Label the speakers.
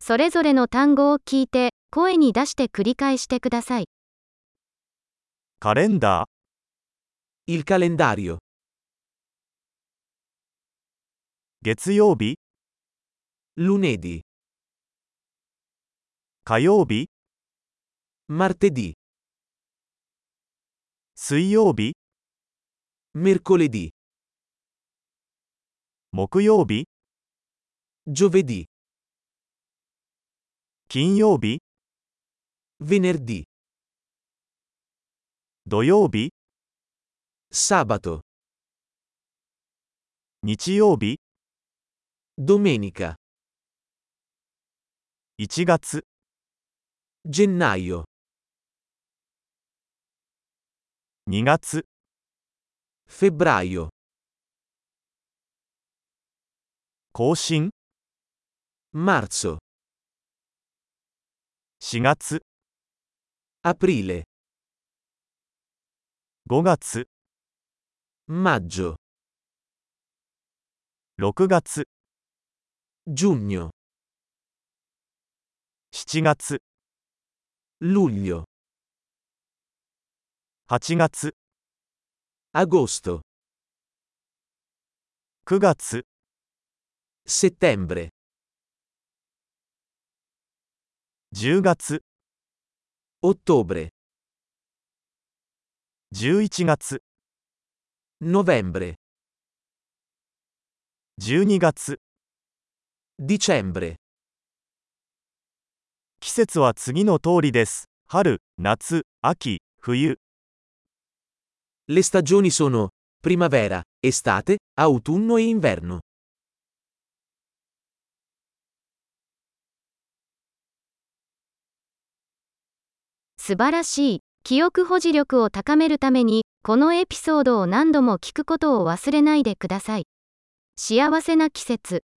Speaker 1: それぞれの単語を聞いて、声に出して繰り返してください。
Speaker 2: カレンダー、
Speaker 3: Il calendario.
Speaker 2: 月曜日、
Speaker 3: Lunedì.
Speaker 2: 火曜日、
Speaker 3: Martedì.
Speaker 2: 水曜日、
Speaker 3: Mercoledì.
Speaker 2: 木曜日、
Speaker 3: Giovedì.
Speaker 2: 金曜日、
Speaker 3: Venerdì.
Speaker 2: 土曜日、
Speaker 3: Sabato.
Speaker 2: 日曜日、
Speaker 3: Domenica.
Speaker 2: 1月、
Speaker 3: Gennaio.
Speaker 2: 2月、
Speaker 3: Febbraio.
Speaker 2: 更新、
Speaker 3: Marzo.
Speaker 2: 4月、
Speaker 3: Aprile.
Speaker 2: 5月、
Speaker 3: Maggio.
Speaker 2: 6月、
Speaker 3: Giugno.
Speaker 2: 7月、
Speaker 3: Luglio.
Speaker 2: 8月、
Speaker 3: Agosto.
Speaker 2: 9月、
Speaker 3: Settembre.
Speaker 2: 10月、
Speaker 3: Ottobre.
Speaker 2: 11月、
Speaker 3: Novembre.
Speaker 2: 12月、
Speaker 3: Dicembre.
Speaker 2: 季節は次の通りです。春、夏、秋、冬。
Speaker 3: Le stagioni sono primavera, estate, autunno e inverno.
Speaker 1: 素晴らしい。記憶保持力を高めるために、このエピソードを何度も聞くことを忘れないでください。幸せな季節。